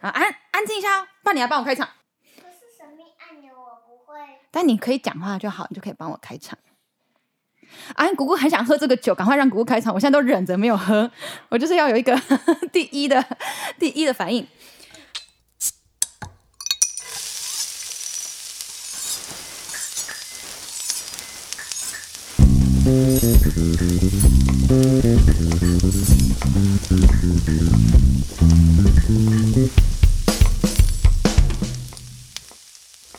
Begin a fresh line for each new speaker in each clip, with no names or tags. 然后安安静一下哦，不然你来帮我开场。
可是神秘按钮我不会，
但你可以讲话就好，你就可以帮我开场。安姑姑很想喝这个酒，赶快让姑姑开场。我现在都忍着没有喝，我就是要有一个 第一的第一的反应。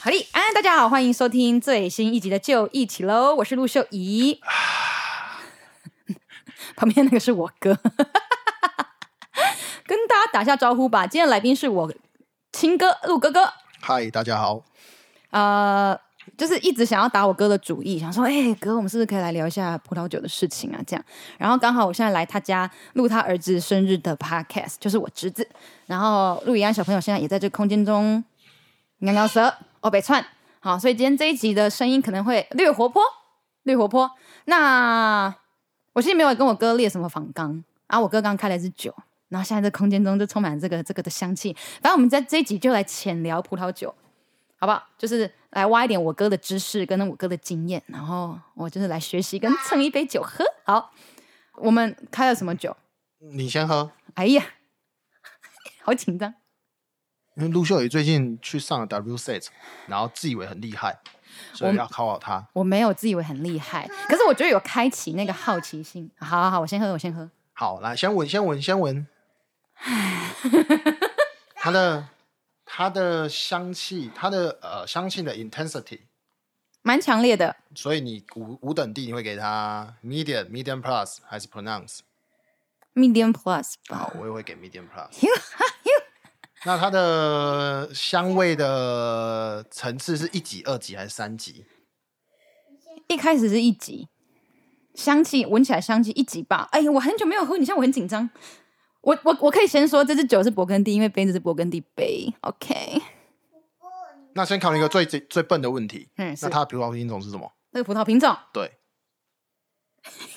好嘞，安，大家好，欢迎收听最新一集的《就一起喽》，我是陆秀怡， 旁边那个是我哥， 跟大家打下招呼吧。今天的来宾是我亲哥陆哥哥，
嗨，大家好。
呃，就是一直想要打我哥的主意，想说，哎、哥，我们是不是可以来聊一下葡萄酒的事情啊？这样，然后刚好我现在来他家录他儿子生日的 podcast，就是我侄子，然后陆以安小朋友现在也在这个空间中喵喵舌，哦，北窜。好，所以今天这一集的声音可能会略活泼，略活泼。那我其实没有跟我哥列什么仿纲啊，我哥刚开了一支酒，然后现在这空间中就充满这个这个的香气。反正我们在这一集就来浅聊葡萄酒，好不好？就是来挖一点我哥的知识跟我哥的经验，然后我就是来学习跟蹭一杯酒喝。好，我们开了什么酒？
你先喝，
哎呀， 好紧张。
因为陆秀宇最近去上了 W Set，然后自以为很厉害，所以要考考他。
我没有自以为很厉害，可是我觉得有开启那个好奇心。好好好，我先喝，我先喝。
好，来先闻，先闻，先闻。它的它的香气，它的呃香气的 intensity，
蛮强烈的，
所以你五五等地你会给它 medium、medium plus 还是 pronounce？
medium plus 吧
好，，我也会给 medium plus。那它的香味的层次是一级、二级还是三级？
一开始是一级，香气闻起来香气一级吧。哎呀，我很久没有喝，你像我很紧张。我我我可以先说这支酒是勃艮第，因为杯子是勃艮第杯。OK，
那先考你一个最最最笨的问题，
嗯，是
那它的葡萄品种是什么？
那个葡萄品种
对，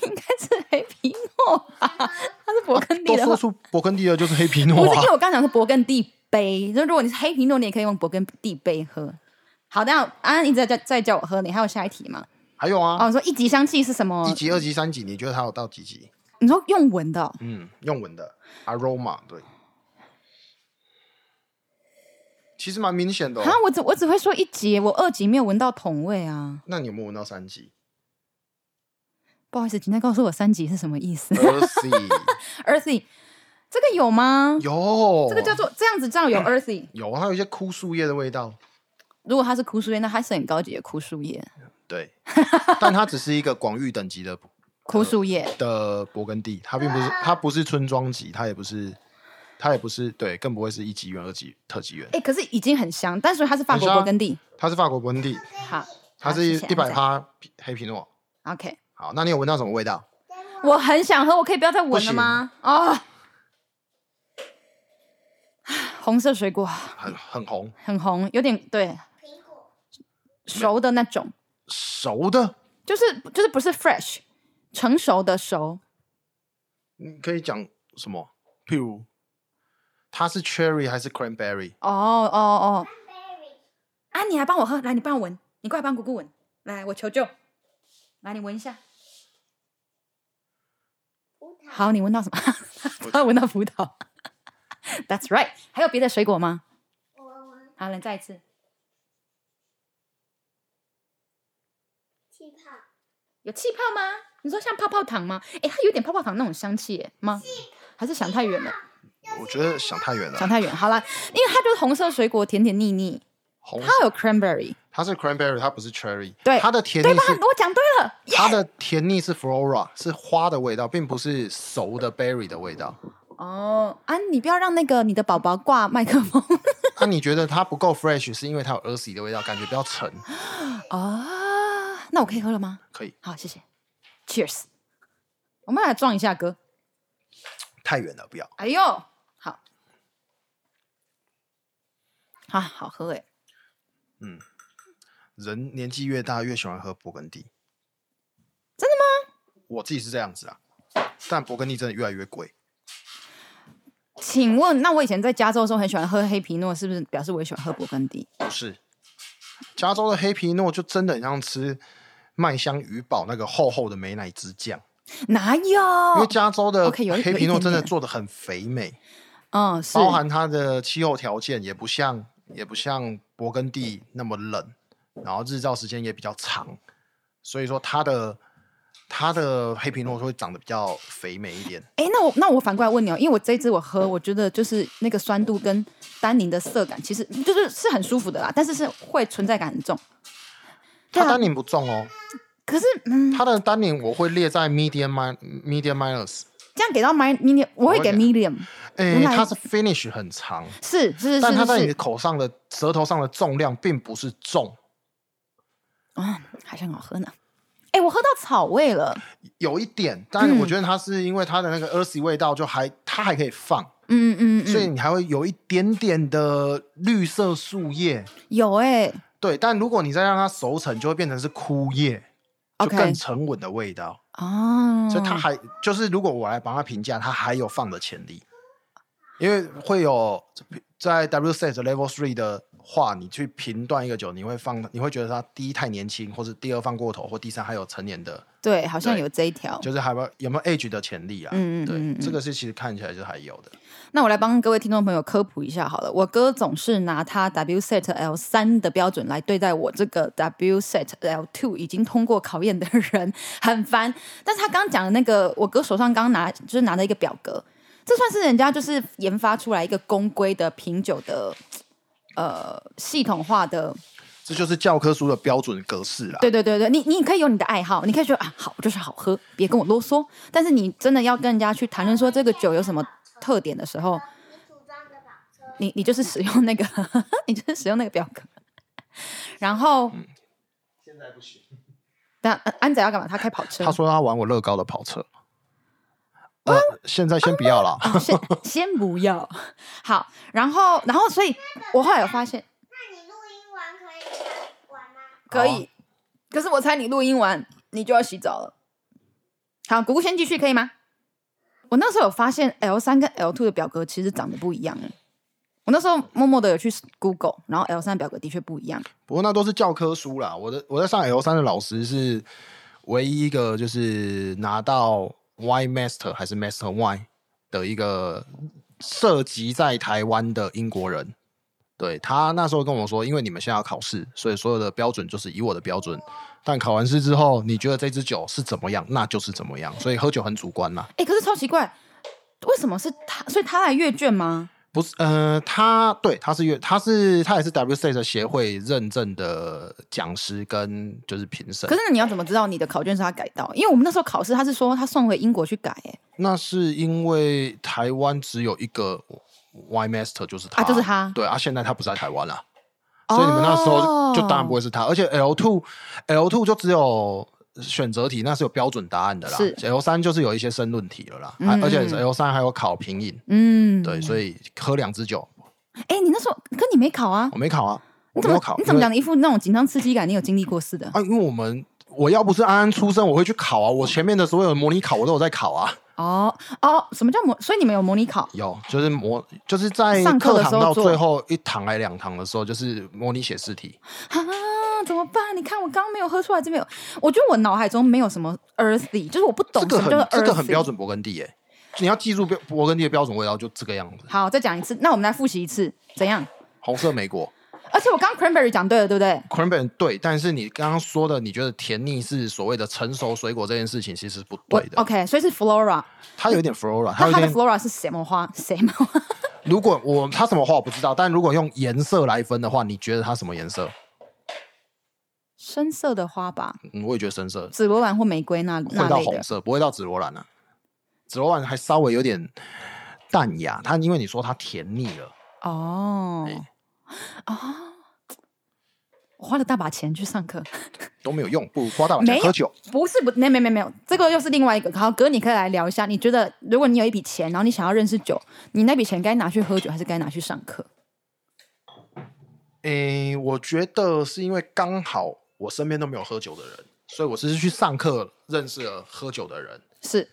应该是黑皮诺吧？它是勃艮第
哦都
的
说
话，
出勃艮第的就是黑皮
不
诺
是因为
啊。
我刚刚讲是勃艮第杯，就如果你是黑皮诺，你也可以用勃艮第杯喝。好，等一下安安一直在叫在叫我喝，你还有下一题吗？
还有
哦，
啊，
你说一级香气是什么
一？级、二级、三级，你觉得它有到几级？
你说用闻的哦、
嗯，用文的 aroma 对，其实蛮明显的、哦
啊。，我只我只会说一级，我二级没有闻到桶味啊。
那你有没有闻到三级？
不好意思，请再告诉我三级是什么意思
二 C
？Earthy，这个有吗？
有，
这个叫做这样子叫有 earthy。
有，啊它有一些枯树叶的味道。
如果它是枯树叶，那它是很高级的枯树叶。
对，但它只是一个广域等级的
枯树叶，
的勃艮第，它并
啊
不是它不是村庄级，它也不是它也不是对，更不会是一级园、二级特级园，
哎，可是已经很香，但是它是法国
很
勃
香
艮第。
它是法国勃艮第，
好，
它
好
是
谢谢
一百
安仔
趴黑皮诺。
OK，
好，那你有闻到什么味道？
我很想喝，我可以不要再闻了吗？哦，红色水果
很很红，
很红，有点对
苹果
熟的那种。
熟的。
就是就是不是 fresh 成熟的熟，
你可以讲什么？譬如它是 cherry 还是 cranberry？
哦哦哦，
，berry，
啊，你来帮我喝，来你帮我闻，你过来帮姑姑闻，来我求救，来你闻一下，
葡萄，
好，你闻到什么？ 他闻到葡萄，That's right，还有别的水果吗？
我闻
好，来再一次，
气泡，
有气泡吗？你说像泡泡糖吗？诶，它有点泡泡糖那种香气耶吗？还是想太远了，
我觉得想太远
想
了。
太远。好啦，因为它就是红色水果，甜甜腻腻，
红
它，有 cranberry，
它是 cranberry，它不是 cherry。
对
它的甜
对
腻
吧？
是
我讲对了，
它的甜腻是 flora，是花的味道，并不是熟的 berry 的味道。
哦，啊，你不要让那个你的宝宝挂麦克风
那你觉得它不够 fresh，是因为它有 earthy 的味道，感觉比较沉。
哦。那我可以喝了吗？
可以，
好，谢谢。Cheers，我们来撞一下歌。
太远了，不要。
哎呦，好，啊，好喝哎。
人年纪越大，越喜欢喝勃艮第。
真
的吗？我自己是这样子啊，但勃艮第真的越来越贵。
请问，那我以前在加州的时候很喜欢喝黑皮诺，是不是表示我也喜欢喝勃艮第？
不是，加州的黑皮诺就真的很像吃麦香鱼堡那个厚厚的美乃滋酱，
哪
因为
有？
加州的
哦 OK，有一
黑皮诺
有一点
真的
点
做的很肥美，
嗯，是
包含它的气候条件也不像也不像勃艮第那么冷，然后日照时间也比较长，所以说它的它的黑皮诺会长得比较肥美一点。
哎、那我那我反过来问你哦，因为我这一支我喝，我觉得就是那个酸度跟单宁的涩感，其实就是是很舒服的啦，但是是会存在感很重。对
它
啊
单宁不重哦，
可是，嗯，
它的单宁我会列在 medium min medium minus，
这样给到 my medium，我会给
我
medium，
诶、
原来
它是 finish 很长，
是是是
但它
是
在你的
是，
口上的舌头上的重量并不是重，
啊、还是很好喝呢。哎、我喝到草味了，
有一点，但是我
嗯
觉得它是因为它的那个 earthy 味道就还它还可以放，
嗯嗯嗯，
所以你还会有一点点的绿色树叶。
有哎、
对，但如果你再让它熟成，就会变成是枯叶，就
OK
更沉稳的味道。
哦，
所以它还就是，如果我来帮他评价，它还有放的潜力，因为会有在 W set level three 的话，你去评断一个酒，你会放，你会觉得它第一太年轻，或者第二放过头，或第三还有成年的，
对，好像
对
有这一条。
就是还有没有有没有 age 的潜力啊？
嗯嗯嗯嗯
对，这个是其实看起来是还有的。
那我来帮各位听众朋友科普一下好了。我哥总是拿他 W set L 三的标准来对待我这个 W set L two 已经通过考验的人，很烦。但是他刚讲的那个，我哥手上刚拿就是拿了一个表格，这算是人家就是研发出来一个公规的品酒的呃系统化的
这就是教科书的标准格式啦。
对对对对，你你可以有你的爱好，你可以觉得啊，好，我就是好喝，别跟我啰嗦。但是你真的要跟人家去谈论说这个酒有什么特哦点的时候，
你组装的跑车，
你你就是使用那个， 你就是使用那个表格。然后
现在不行。
等下呃安仔要干嘛？他开跑车
他。说他玩我乐高的跑车，呃，现在先不要啦。
哦先先不要，好，然后然后，所以我后来有发现
那你录音完可以玩吗？
可以，可是我猜你录音完你就要洗澡了。好，姑姑先继续可以吗？我那时候有发现 L 三跟 L two 的表格其实长得不一样诶我那时候默默的有去 Google，然后 L 三表格的确不一样。
不过那都是教科书啦。我的我在上 L 三的老师是唯一一个就是拿到 Y Master 还是 Master Y 的一个涉及在台湾的英国人。对他那时候跟我说，因为你们现在要考试，所以所有的标准就是以我的标准。但考完试之后，你觉得这支酒是怎么样，那就是怎么样。所以喝酒很主观啦。
哎，可是超奇怪，为什么是他？所以他来阅卷吗？
不是，呃，他对他是乐，他是他也是 W C 的协会认证的讲师跟就是评审
可。是那你要怎么知道你的考卷是他改到？因为我们那时候考试，他是说他送回英国去改、哎诶
那是因为台湾只有一个 Y Master，就是他，
啊就是他
对啊，现在他不在台湾了、
哦
所以你们那时候就当然不会是他。而且 L two L two 就只有选择题，那是有标准答案的啦
是。
L 三就是有一些申论题了啦，
嗯
还而且 L 三还有考评饮，
嗯，
对，所以喝两支酒，
哎、你那时候可你没考啊
我？没考啊，我
你怎
没
么
有考，
你怎么
因为
讲的一副那种紧张刺激感？你有经历过似的？
啊，因为我们我要不是安安出生，我会去考啊。我前面的所有的模拟考我都有在考啊，
哦哦，什么叫模？所以你们有模拟考？
有就是模就是在
上课
课
的时
堂
候
到
做
最后一堂还两堂的时候，就是模拟写试题。
啊，怎么办？你看我刚刚没有喝出来，这边有，我觉得我脑海中没有什么 earthy，就是我不懂
这个
什么叫
很
做
这个很
earthy
标。准勃艮第耶、你要记住标勃艮第的标准味道就这个样子，
好，再讲一次，那我们来复习一次，怎样？
红色莓果
而且我刚 cranberry 讲对了，对不对？
cranberry 对，但是你刚刚说的，你觉得甜腻是所谓的成熟水果这件事情，其实是不
我
对的。
OK，所以是 flora，
它有一点 flora，
那
它有
它
一
的
点
flora 是什么花？什么花？
如果我它什么花我不知道，但如果用颜色来分的话，你觉得它什么颜色？
深色的花吧，
嗯，我也觉得深色，
紫罗兰或玫瑰那
会
那
到
类
红
的。
色，不会到紫罗兰啊。紫罗兰还稍微有点淡雅，它因为你说它甜腻了，
哦
哎
哦，我花了大把钱去上课，
都没有用，不如花大把
没
钱
有
喝酒。
不是不，没没没没有，这个又是另外一个。好，哥，你可以来聊一下，你觉得如果你有一笔钱，然后你想要认识酒，你那笔钱该拿去喝酒，还是该拿去上课？
诶、我觉得是因为刚好我身边都没有喝酒的人，所以我只是去上课认识了喝酒的人。
是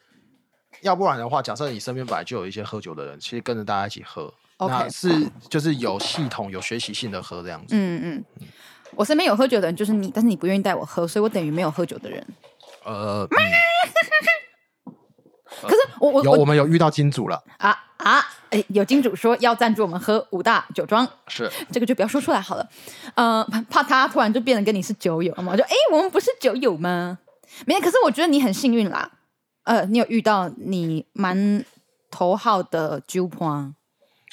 要不然的话，假设你身边本来就有一些喝酒的人，其实跟着大家一起喝
OK
那是就是有系统、有学习性的喝这样子。
嗯嗯，我身边有喝酒的人就是你，但是你不愿意带我喝，所以我等于没有喝酒的人。
呃，嗯
可是我我
有
我
我们有遇到金主了，
啊啊！哎，有金主说要赞助我们喝五大酒庄，
是
这个就不要说出来好了。呃，怕怕他突然就变得跟你是酒友嘛，就哎，我们不是酒友吗？没有，可是我觉得你很幸运啦。呃，你有遇到你蛮头号的酒朋，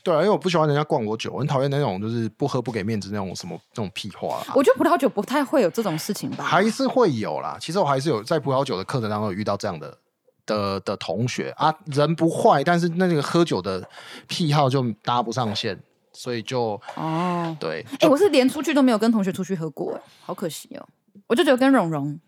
对啊，因为我不喜欢人家灌我酒，我很讨厌那种就是不喝不给面子那种什么那种屁话啦。
我觉得葡萄酒不太会有这种事情吧？
还是会有啦。其实我还是有在葡萄酒的课程当中有遇到这样的的的同学啊，人不坏，但是那个喝酒的癖好就搭不上线，所以就
哦，
对，
哎、我是连出去都没有跟同学出去喝过、哎，好可惜哦。我就只有跟蓉蓉，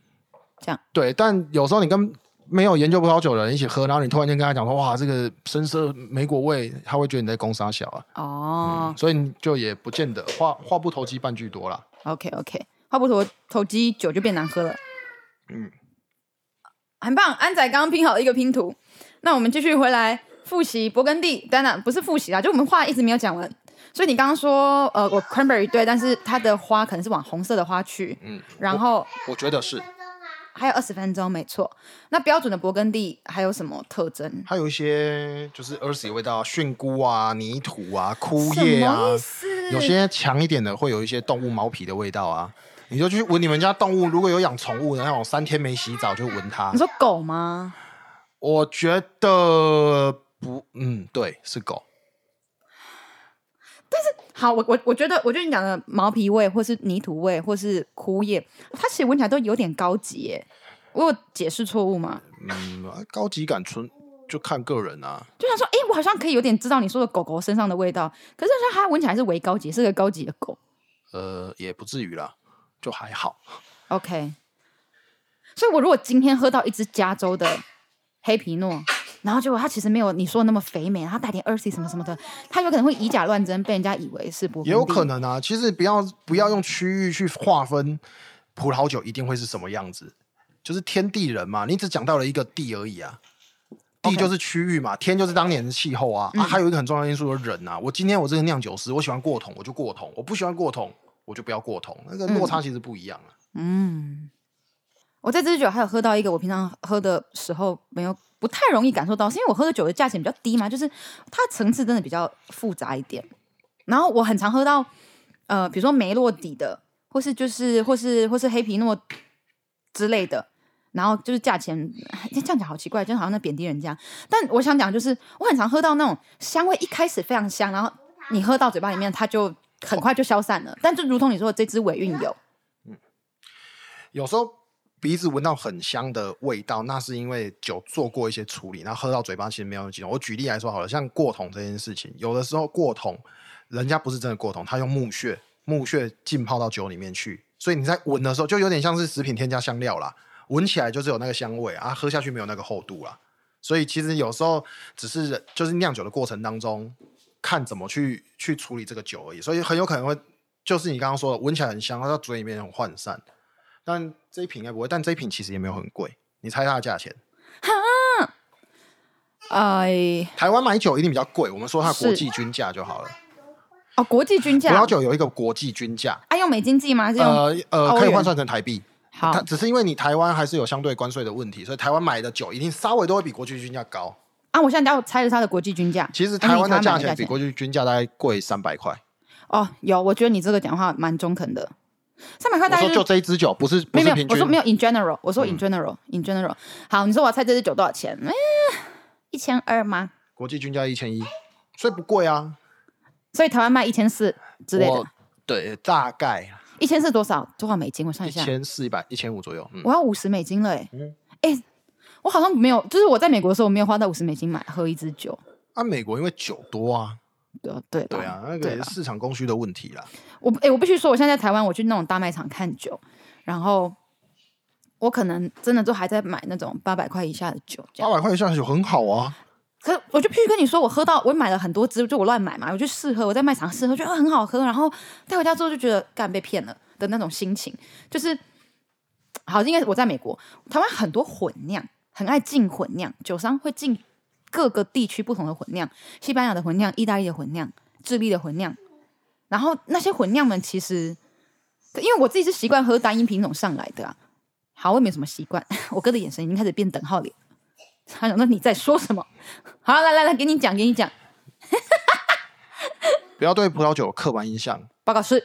对，但有时候你跟没有研究葡萄酒的人一起喝，然后你突然间跟他讲说，哇，这个深色莓果味，他会觉得你在攻杀小啊，
哦、
所以你就也不见得话话不投机半句多啦。
o k OK，话不投投机酒就变难喝了。
嗯，
很棒，安仔刚刚拼好了一个拼图。那我们继续回来复习勃艮第，当然不是复习啊啦，就我们话一直没有讲完。所以你刚刚说，呃，我 cranberry 对，但是它的花可能是往红色的花去，
嗯，
然后
我觉得是
分钟啊，
还有二十分钟，没错。那标准的勃艮第还有什么特征？
还有一些就是 earthy 的味道啊，菌菇啊、泥土啊、枯
什
叶
么
啊
意，思？
有些强一点的会有一些动物毛皮的味道啊。你就去闻你们家动物，如果有养宠物的那种，三天没洗澡就闻它
你。说狗吗？
我觉得不，嗯，对，是狗。
好，我我我觉得，我觉得你讲的毛皮味，或是泥土味，或是枯叶，它其实闻起来都有点高级耶。我有解释错误吗？
嗯，高级感纯就看个人啊。
就想说，诶，我好像可以有点知道你说的狗狗身上的味道，可是它闻起来还是微高级，是个高级的狗。
呃，也不至于啦，就还好。
OK，所以我如果今天喝到一支加州的黑皮诺，然后结果它其实没有你说的那么肥美，它带点 earthy 什么什么的，它有可能会以假乱真，被人家以为是勃艮第。
也有可能啊。其实不要不要用区域去划分葡萄酒一定会是什么样子，就是天地人嘛。你只讲到了一个地而已啊，地
OK
就是区域嘛，天就是当年的气候啊。啊，还有一个很重要的因素就是人啊。我今天我这个酿酒师，我喜欢过桶我就过桶，我不喜欢过桶我就不要过桶，那个落差其实不一样啊。
嗯，我这支酒还有喝到一个我平常喝的时候没有不太容易感受到，是因为我喝的酒的价钱比较低嘛，就是它层次真的比较复杂一点。然后我很常喝到，呃，比如说梅洛底的，或是就是或是或是黑皮诺之类的。然后就是价钱，这样讲好奇怪，就好像在贬低人家。但我想讲，就是我很常喝到那种香味一开始非常香，然后你喝到嘴巴里面，它就很快就消散了。但就如同你说的，这支尾韵有，
有时候鼻子闻到很香的味道，那是因为酒做过一些处理，然后喝到嘴巴其实没有那么激动。我举例来说好了，像过桶这件事情，有的时候过桶人家不是真的过桶，他用木屑木屑浸泡到酒里面去，所以你在闻的时候就有点像是食品添加香料啦，闻起来就是有那个香味啊，喝下去没有那个厚度啦。所以其实有时候只是人就是酿酒的过程当中，看怎么去去处理这个酒而已。所以很有可能会就是你刚刚说的，闻起来很香，它到嘴里面很涣散。但这一瓶应该不会，但这一瓶其实也没有很贵。你猜它的价钱？
哎，
台湾买酒一定比较贵，我们说它
是
国际均价就好了。
哦，国际均
葡
价，
萄酒有一个国际均价，
啊，用美金计吗？还是用、
呃
欧
呃，
元
可以换算成台币。
好
它只是因为你台湾还是有相对关税的问题，所以台湾买的酒一定稍微都会比国际均价高。
啊？我现在要猜着它的国际均价。
其
啊
实
你
台湾的
台
价
买
钱比国际均价大概贵三百块。
哦，有，我觉得你这个讲话蛮中肯的，三百块
我
大概
说
是
就这一支酒，不是不
没有没
是
有
平，
我
均嗯
说没，有 in general，我说 in general、in general。好，你说我要猜这支酒多少钱？嗯，一千二吗？
国际均价一千一，所以不贵啊。
所以台湾卖一千四之类的
我，对，大概
一千四多少多少美金？我算
一
一下，
千四百一千五左右。嗯，
我要五十美金了、欸，
嗯
哎、我好像没有，就是我在美国的时候，我没有花到五十美金买喝一支酒，
啊，美国因为酒多啊，
对对啦
对啊，那
对
个
啦
市场供需的问题啦。
我哎、我必须说，我现在在台湾，我去那种大卖场看酒，然后我可能真的都还在买那种八百块以下的酒。这
八
样，
百块以下酒很好啊，
可是我就必须跟你说，我喝到我买了很多支，就我乱买嘛，我就试喝，我在卖场试喝，觉得、啊很好喝，然后带回家之后就觉得干被骗了的那种心情，就是好，应该是我在美国，台湾很多混酿，很爱进混酿，酒商会进各个地区不同的混酿，西班牙的混酿、意大利的混酿、智利的混酿，然后那些混酿们其实，因为我自己是习惯喝单一品种上来的啊，好，我也没什么习惯。 我哥的眼神已经开始变等号脸，他想说你在说什么？好，来来来，给你讲，给你讲，
不要对葡萄酒有刻板印象，
报告是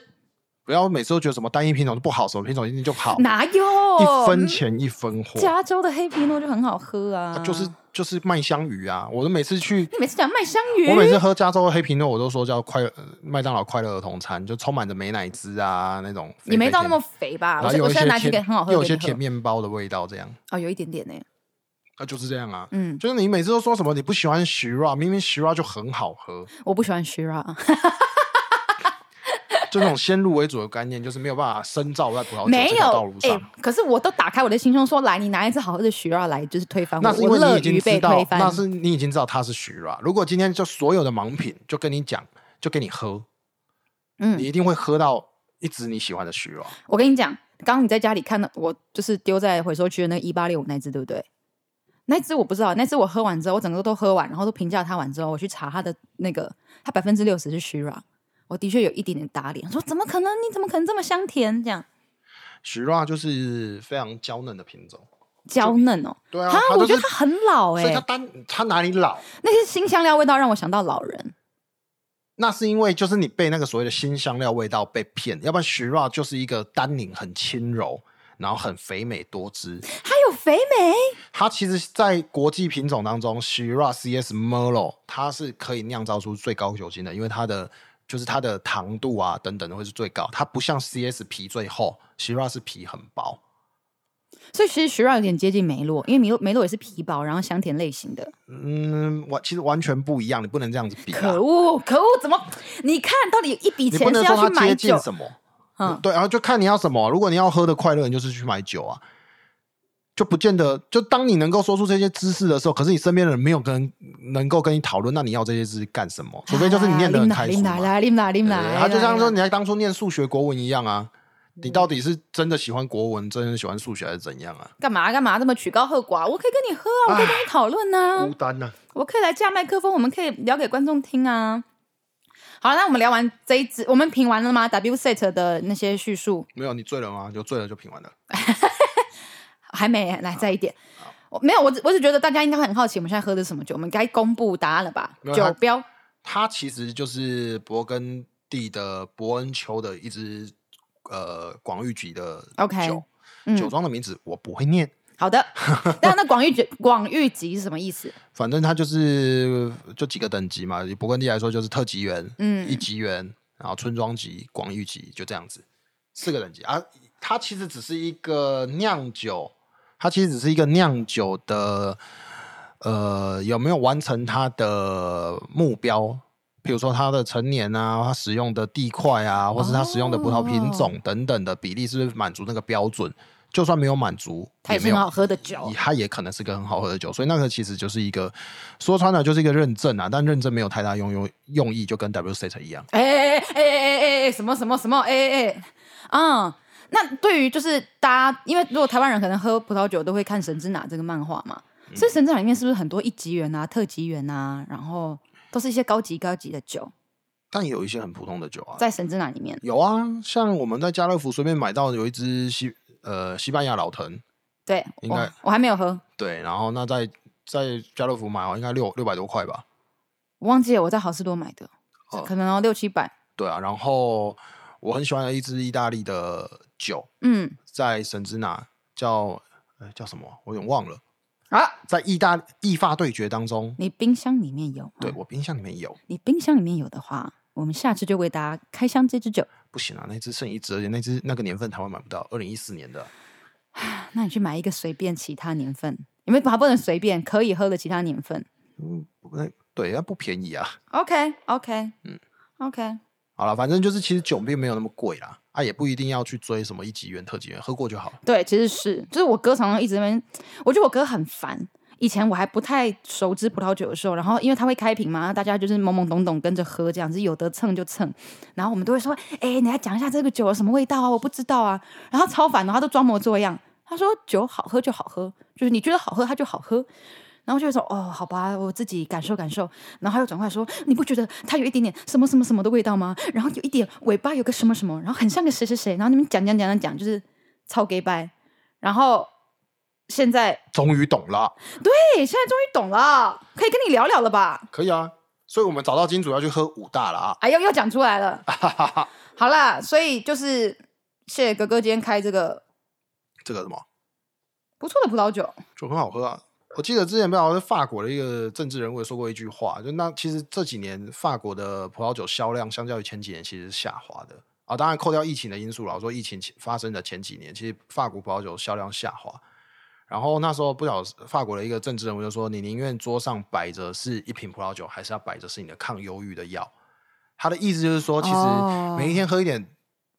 不要每次都觉得什么单一品种就不好，什么品种一定就好，
哪有
哦一分钱一分货，
加州的黑皮诺就很好喝嗯啊，
啊就是就是麦香鱼啊！我每次去，
你每次讲麦香鱼，
我每次喝加州黑皮诺，我都说叫快乐呃麦当劳快乐儿童餐，就充满着美乃滋啊那种肥肥甜。
你没到那么肥吧？
然
我
后
现
有
我
一
现在
些
拿几个
甜
很好喝，
又
给
有一些
你喝
甜面包的味道，这样
哦，有一点点呢、
啊，就是这样啊。
嗯，
就是你每次都说什么你不喜欢 Shira，明明 Shira 就很好喝，
我不喜欢 Shira，
哦就那种先入为主的概念，就是没有办法深造在葡萄酒
没
这条道
有
路
哎、
上。
可是我都打开我的心胸说，来，你拿一支好喝的 Shira 来，就是推翻我，
那是因为
我乐
你已经
于
知
被
道
推，
那
翻。
是你已经知道它是 Shira。如果今天就所有的盲品就跟你讲，就给你喝，你
嗯，
一定会喝到一直你喜欢的 Shira。
我跟你讲，刚刚你在家里看到我就是丢在回收区的那一八六五那支，对不对？那支我不知道，那支我喝完之后，我整个都喝完，然后都评价它完之后，我去查它的那个，它百分之六十是 Shira，我的确有一点点打脸，说怎么可能？你怎么可能这么香甜？这样
Shira 就是非常娇嫩的品种，
娇嫩哦，
对啊，
啊，
它
我
就
觉
是
得它很老哎、
所以它单它哪里老？
那些新香料味道让我想到老人。
那是因为就是你被那个所谓的新香料味道被骗，要不然 Shira 就是一个单宁很轻柔，然后很肥美多汁。
还有肥美，
它其实，在国际品种当中，Shira CS Merlot 它是可以酿造出最高酒精的，因为它的就是它的糖度啊等等的会是最高。它不像 CS 皮最厚，Shira 是皮很薄。
所以其实徐让有点接近梅洛，因为梅洛梅洛也是皮薄，然后香甜类型的。
嗯，完其实完全不一样，你不能这样子比、啊。
可恶，可恶！怎么？你看到底有一笔
你
钱
不能
是
说
要
它
去
接
买
近
酒？
什么，
嗯
对，然后就看你要什么。如果你要喝的快乐，你就是去买酒啊，就不见得。就当你能够说出这些知识的时候，可是你身边的人没有跟能够跟你讨论，那你要这些知识干什么？除非就是你念得很
啊
开心嘛。
来，你们来，哎你们
对
来，嗯
他就像说你在当初念数学、国文一样啊，你到底是真的喜欢国文，真的喜欢数学，还是怎样啊？
干嘛干嘛这么曲高和寡？我可以跟你喝啊，我可以跟你讨论呐、
孤单啊呢、
我可以来架麦克风，我们可以聊给观众听啊。好，那我们聊完这一支，我们评完了吗？W set 的那些叙述
没有，你醉了吗？有醉了就品完了。
还没来，再一点。我没有，我只我只觉得大家应该会很好奇，我们现在喝的是什么酒？我们该公布答案了吧
没？有它
酒标
它其实就是勃艮第的伯恩丘的一支呃广域级的
OK，
酒，
嗯
酒庄的名字我不会念，
好的，那那广域局广域级是什么意思？
反正它就是就几个等级嘛。以勃艮第来说，就是特级园、
嗯
一级园，然后村庄级、广域级，就这样子四个等级啊。它其实只是一个酿酒，它其实只是一个酿酒的呃有没有完成它的目标。比如说它的成年啊，它使用的地块啊，或是它使用的葡萄品种等等的比例，是不是满足那个标准？就算没有满足，
它也
没
是
有
很好喝的酒
也，它也可能是个很好喝的酒，所以那个其实就是一个说穿了就是一个认证啊，但认证没有太大用用用意，就跟 W set 一样。
哎哎哎哎哎哎哎，什么什么什么，哎哎哎，嗯，那对于就是大家，因为如果台湾人可能喝葡萄酒都会看《神之哪》这个漫画嘛，
嗯
所以《神之哪》里面是不是很多一级园啊、特级园啊，然后都是一些高级高级的酒，
但也有一些很普通的酒啊，
在《神之哪》里面，
有啊，像我们在家乐福随便买到有一支西呃西班牙老藤，
对
应该
我我还没有喝，
对，然后那在在家乐福买哦，应该六六百多块吧，
我忘记了我在好事多买的，
哦
可能哦六七百，
对啊，然后我很喜欢的一支意大利的酒，
嗯，
在神之拿叫呃叫什么，我有点忘了，
好，
在意大意法对决当中，
你冰箱里面有吗？
对我冰箱里面有。
你冰箱里面有的话，我们下次就为大家开箱这支酒。
不行啊，那只剩一只，而且那只那个年份台湾买不到，二零一四年的。
那你去买一个随便其他年份，因为它不能随便，可以喝的其他年份。
嗯，那对，那不便宜啊。
OK OK，嗯 OK，
好了，反正就是其实酒并没有那么贵啦，啊，也不一定要去追什么一级元、特级元，喝过就好。
对，其实是就是我哥常常一直在那边，我觉得我哥很烦。以前我还不太熟知葡萄酒的时候，然后因为他会开瓶嘛，大家就是懵懵懂懂跟着喝这样子，有的蹭就蹭。然后我们都会说：“哎、你来讲一下这个酒有什么味道啊？我不知道啊。”然后超烦的，他都装模作样。他说：“酒好喝就好喝，就是你觉得好喝，它就好喝。”然后就会说哦，好吧，我自己感受感受。然后他又转过来说，你不觉得它有一点点什么什么什么的味道吗？然后有一点尾巴有个什么什么，然后很像个谁谁谁。然后你们讲讲讲讲讲，就是超 gay 掰。然后现在，哎
终于懂了，
对，现在终于懂了，可以跟你聊聊了吧？
可以啊。所以我们找到金主要去喝武大了啊。
哎呦，又讲出来 了。好啦，所以就是谢谢哥哥今天开这个
这个什么
不错的葡萄酒。
就很好喝啊。我记得之前不知道是法国的一个政治人物也说过一句话，就那其实这几年法国的葡萄酒销量相较于前几年其实是下滑的啊。当然扣掉疫情的因素了，我说疫情前发生的前几年，其实法国葡萄酒销量下滑。然后那时候不晓得法国的一个政治人物就说：“你宁愿桌上摆着是一瓶葡萄酒，还是要摆着是你的抗忧郁的药？”他的意思就是说，其
哦
实每一天喝一点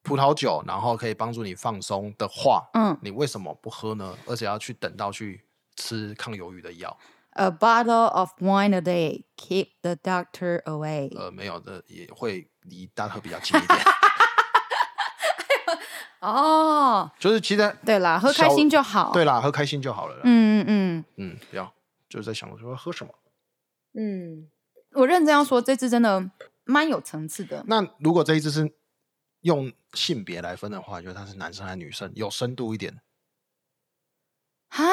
葡萄酒，然后可以帮助你放松的话，
嗯
你为什么不喝呢？而且要去等到去吃抗鱿鱼的药？
，A bottle of wine a day keep the doctor away。
呃，没有的，也会离大特比较近一点。
哦，
就是其实
对啦，喝开心就好。
对啦，喝开心就好了啦。
嗯，嗯
嗯，不要就是在想说喝什么。
嗯嗯，我认真要说，这支真的蛮有层次的。
那如果这一支是用性别来分的话，就是它是男生还是女生，有深度一点。
哈，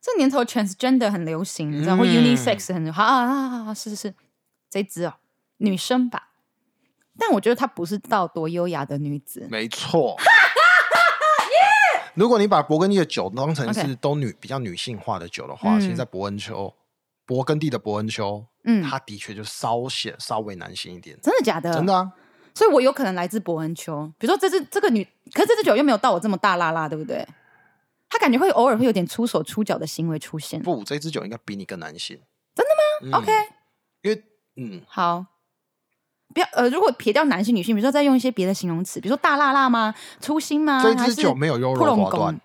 这年头 transgender 很流行，你知道，
嗯
或 unisex 很好啊啊啊啊！是是是，这一只哦，女生吧。但我觉得她不是到多优雅的女子，
没错。 如果你把勃艮第的酒当成
OK
是都女比较女性化的酒的话，
嗯
其实，在伯恩丘，勃艮第的伯恩丘，
嗯
它的确就稍显稍微男性一点，
真的假的？
真的。啊。
所以我有可能来自伯恩丘，比如说这支这个女，可是这支酒又没有到我这么大拉拉，对不对？她感觉会偶尔会有点出手出脚的行为出现。
不，嗯这支酒应该比你更男性。真的
OK，
因为嗯，
好，不要呃，如果撇掉男性女性，比如说再用一些别的形容词，比如说大辣辣吗？粗心吗？
这
还
支
是
酒没有优柔
扑龙
寡
宫
断，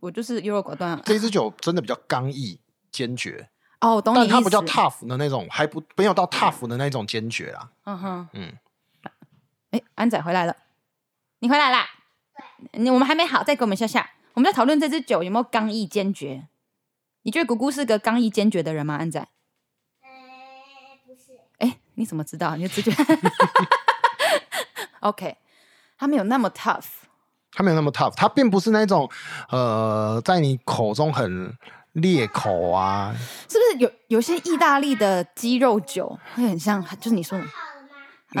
我就是优柔寡断啊。
这支酒真的比较刚毅坚决，
哦，我懂你意
但
思。
它不叫 tough 的那种，还不没有到 tough 的那种坚决啦。
嗯哼，
嗯，
哎，安仔回来了，你回来啦？你我们还没好，再给我们笑笑。我们在讨论这支酒有没有刚毅坚决。你觉得姑姑是个刚毅坚决的人吗？安仔，
哎，不是，
哎，你怎么知道？你的直觉。OK，他没有那么 tough。
它没有那么 tough，它并不是那种呃，在你口中很裂口啊，
是不是有有些意大利的鸡肉酒会很像，就是你说的，
好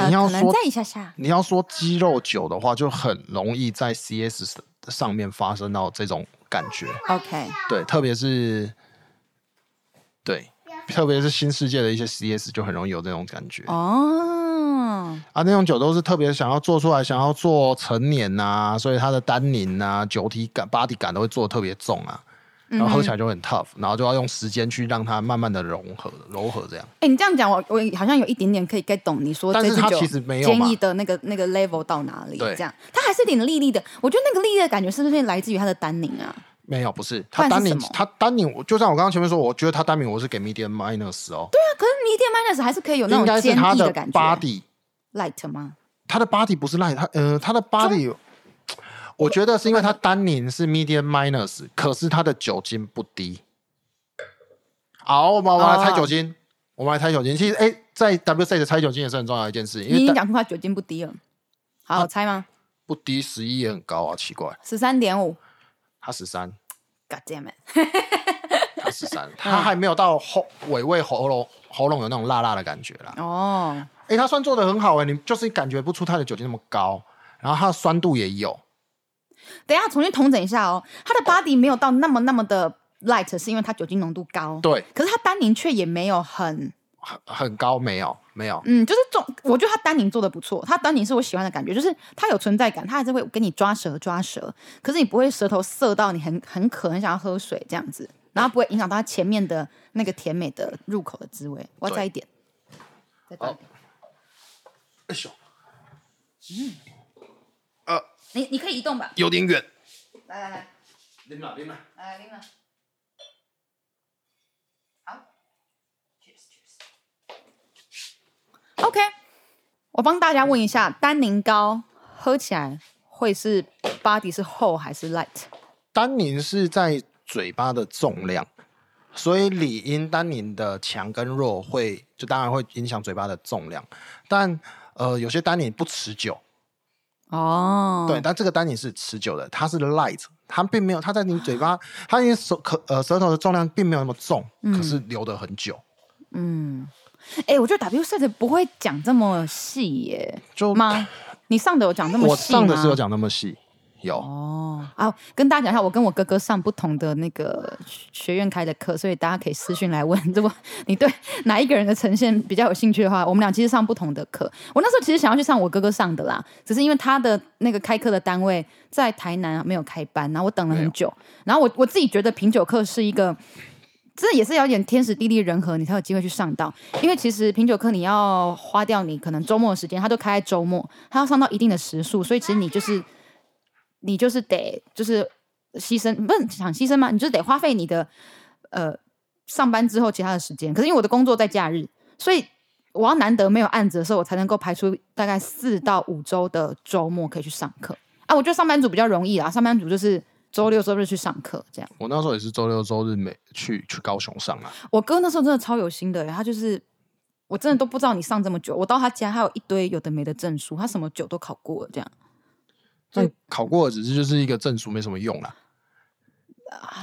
了吗？
呃，
你要
可能
说
再一下下，
你要说鸡肉酒的话，就很容易在 CS 上面发生到这种感觉。
OK，
对，特别是对，特别是新世界的一些 CS 就很容易有这种感觉、
哦，
啊。那种酒都是特别想要做出来，想要做成年呐、所以它的单宁呐、酒体感、巴体感都会做的特别重啊。
嗯
然后喝起来就很 tough，、然后就要用时间去让它慢慢的融合、柔和这样。
哎、你这样讲，我我好像有一点点可以 get 懂你说
但
这
是
支
它
酒
其实没有
建
嘛
议的那个那个 level 到哪里，
对
这样，它还是有点粒粒的。我觉得那个粒粒的感觉是不是来自于它的单宁啊？
没有，不是
不
它
然是
单
什
宁
么，
它单宁，我就像我刚刚前面说，我觉得它单宁我是给 medium minus 哦，
那啊可是 medium minus 还是可以有那
应
种
该是
坚
它
毅
的
感觉
body，
light 吗？
它的 body 不是 light，它呃，它的 body，我觉得是因为它单宁是 medium minus，可是它的酒精不低。好，我们我们来
啊
猜酒精，我们来猜酒精。其实，哎、在 W C 的猜酒精也是很重要的一件事，
你已
因为
经
单
讲出它酒精不低了，
啊
好，我猜吗？
不低十一也很高啊，奇怪，
十三点五
它十三，
，God damn it！
它十 三，它还没有到后尾味喉咙喉咙有那种辣辣的感觉啦。
哦，
哎、它算做的很好哎、你就是感觉不出它的酒精那么高，然后它的酸度也有，
等一下重新统整一下哦，它的 body 没有到那么那么的 light，是因为它酒精浓度高，
对，
可是它单宁却也没有很
很很高，没有没有，
嗯，就是重，我觉得他单宁做的不错，他单宁是我喜欢的感觉，就是他有存在感，他还是会跟你抓舌抓舌，可是你不会舌头涩到你很很渴，很想要喝水这样子，然后不会影响到它前面的那个甜美的入口的滋味。我要
对
再一点，再倒一
好
点，
哎呦，
你你可以移动吧，
有点远。
来来来
林了，林了。
来，琳娜，好，cheers cheers，OK，我帮大家问一下，单宁高喝起来会是 body 是厚还是 light？
单宁是在嘴巴的重量，所以理应单宁的强跟弱会，就当然会影响嘴巴的重量，但呃，有些单宁不持久，
哦，
对，，但这个单宁是持久的，它是 light，它并没有，它在你嘴巴，它因为舌可呃舌头的重量并没有那么重，可是留得很久，
嗯，哎、我觉得 W set 不会讲这么细耶，
就
吗？你上的有讲这么
我
细吗？
上的是有讲那么细，有，
哦，啊，跟大家讲一下，我跟我哥哥上不同的那个学院开的课，所以大家可以私讯来问。如果你对哪一个人的呈现比较有兴趣的话，我们俩其实上不同的课。我那时候其实想要去上我哥哥上的啦，只是因为他的那个开课的单位在台南啊没有开班，然后我等了很久。然后我我自己觉得品酒课是一个。这也是要有点天时地利人和，你才有机会去上到。因为其实品酒课你要花掉你可能周末的时间，它都开在周末，它要上到一定的时数，所以其实你就是你就是得就是牺牲，不是想牺牲吗？你就是得花费你的呃上班之后其他的时间。可是因为我的工作在假日，所以我要难得没有案子的时候，我才能够排出大概四到五周的周末可以去上课啊。我觉得上班族比较容易啦，上班族就是周六周日去上课这样。
我那时候也是周六周日每去去高雄上啊，
我哥那时候真的超有心的，欸他就是我真的都不知道你上这么久，我到他家还有一堆有的没的证书，他什么酒都考过了这样。
但考过的只是就是一个证书，没什么用啦。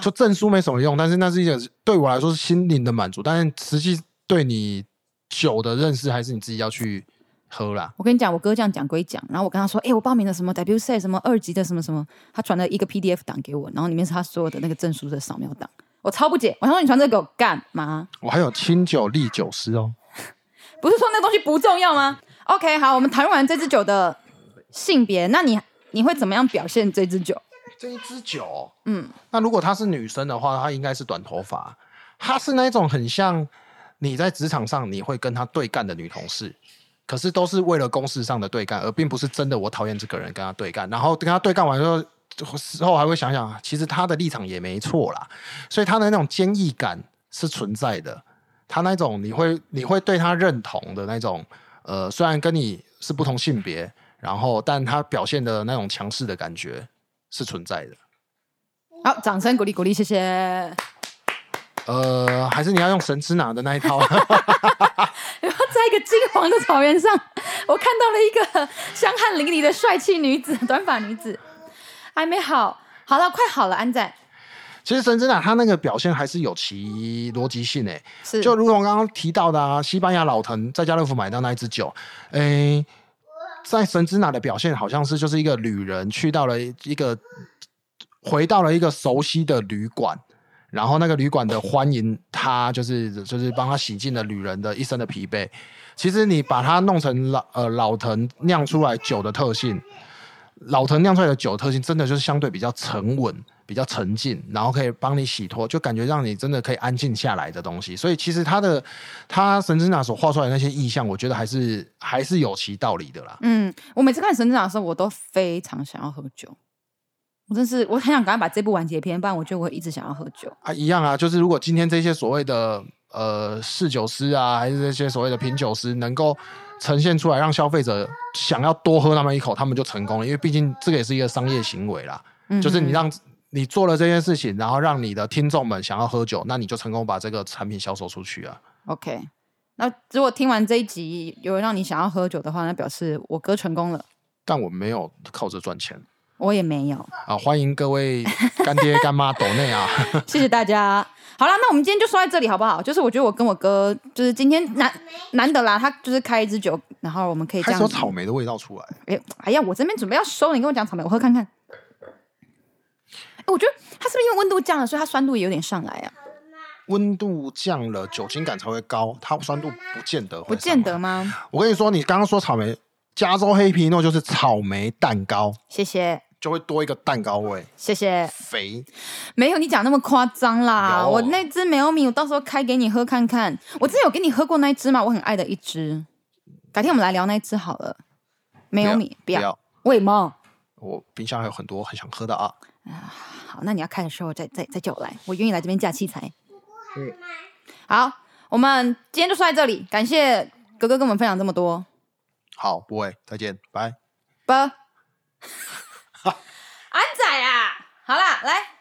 就证书没什么用，但是那是一个对我来说是心灵的满足，但是实际对你酒的认识还是你自己要去喝啦。
我跟你讲，我哥这样讲归讲，然后我跟他说，哎、我报名了什么 W C 什么二级的什么什么，他传了一个 PDF 档给我，然后里面是他所有的那个证书的扫描档，我超不解，我想说你传这个给我干嘛？
我还有清酒利酒师哦，
不是说那东西不重要吗？OK，好，我们谈完这支酒的性别，那你你会怎么样表现这支酒？
这一支酒，
嗯，
那如果她是女生的话，她应该是短头发，她是那种很像你在职场上你会跟她对干的女同事，可是都是为了公事上的对干，而并不是真的我讨厌这个人跟她对干，然后跟她对干完之后。之后还会想想，其实她的立场也没错啦，所以她的那种坚毅感是存在的。她那种你会你会对她认同的那种，呃，虽然跟你是不同性别，然后但她表现的那种强势的感觉是存在的。
好，掌声鼓励鼓励，谢 谢。
呃，还是你要用神之拿的那一套，啊
然后在一个金黄的草原上，我看到了一个香汗淋漓的帅气女子，短发女子，还没好，好了，快好了，安仔
其实神之拿他那个表现还是有其逻辑性诶、
是
就如同刚刚提到的啊，西班牙老藤在家乐福买到那一支酒，诶、在神之拿的表现好像是就是一个旅人去到了一个回到了一个熟悉的旅馆，然后那个旅馆的欢迎他，就是就是帮他洗净了旅人的一身的疲惫。其实你把它弄成老呃老藤酿出来酒的特性，老藤酿出来的酒的特性真的就是相对比较沉稳、比较沉静，然后可以帮你洗脱，就感觉让你真的可以安静下来的东西。所以其实他的他神之拿所画出来的那些意象，我觉得还是还是有其道理的啦。
嗯，我每次看《神之长》的时候，我都非常想要喝酒。我真是，我很想赶快把这部完结篇，不然我觉得我会一直想要喝酒。
啊，一样啊，就是如果今天这些所谓的呃侍酒师啊，还是这些所谓的品酒师，能够呈现出来，让消费者想要多喝那么一口，他们就成功了，因为毕竟这个也是一个商业行为啦，
嗯，
就是你让。你做了这件事情，然后让你的听众们想要喝酒，那你就成功把这个产品销售出去啊！
OK。那如果听完这一集有让你想要喝酒的话，那表示我哥成功了，
但我没有靠着赚钱
我也没 有。
啊！欢迎各位干爹干妈抖内啊！
谢谢大家。好啦，那我们今天就说在这里好不好？就是我觉得我跟我哥，就是今天难难得啦，他就是开一支酒，然后我们可以这
还
样
是有。草莓的味道出来，
哎哎呀，我这边准备要收了，你跟我讲草莓，我喝看看。哎，我觉得它是不是因为温度降了，所以它酸度也有点上来啊？
温度降了，酒精感才会高，它酸度不见得会
不
上
见
来
得吗？
我跟你说，你刚刚说草莓，加州黑皮诺就是草莓蛋糕，
谢谢
就会多一个蛋糕味，
谢谢，
肥。
没有你讲那么夸张啦。
有
我那支梅欧米，我到时候开给你喝看看。我之前有给你喝过那一支嘛，我很爱的一支。改天我们来聊那一支好了。梅欧米，
不要，
为毛？
我冰箱还有很多很想喝的啊。
好，那你要开的时候再再再叫我来，我愿意来这边架器材。
嗯
好，我们今天就说在这里，感谢哥哥跟我们分享这么多。
好，不会，再见，拜。
不，安仔啊，好啦，来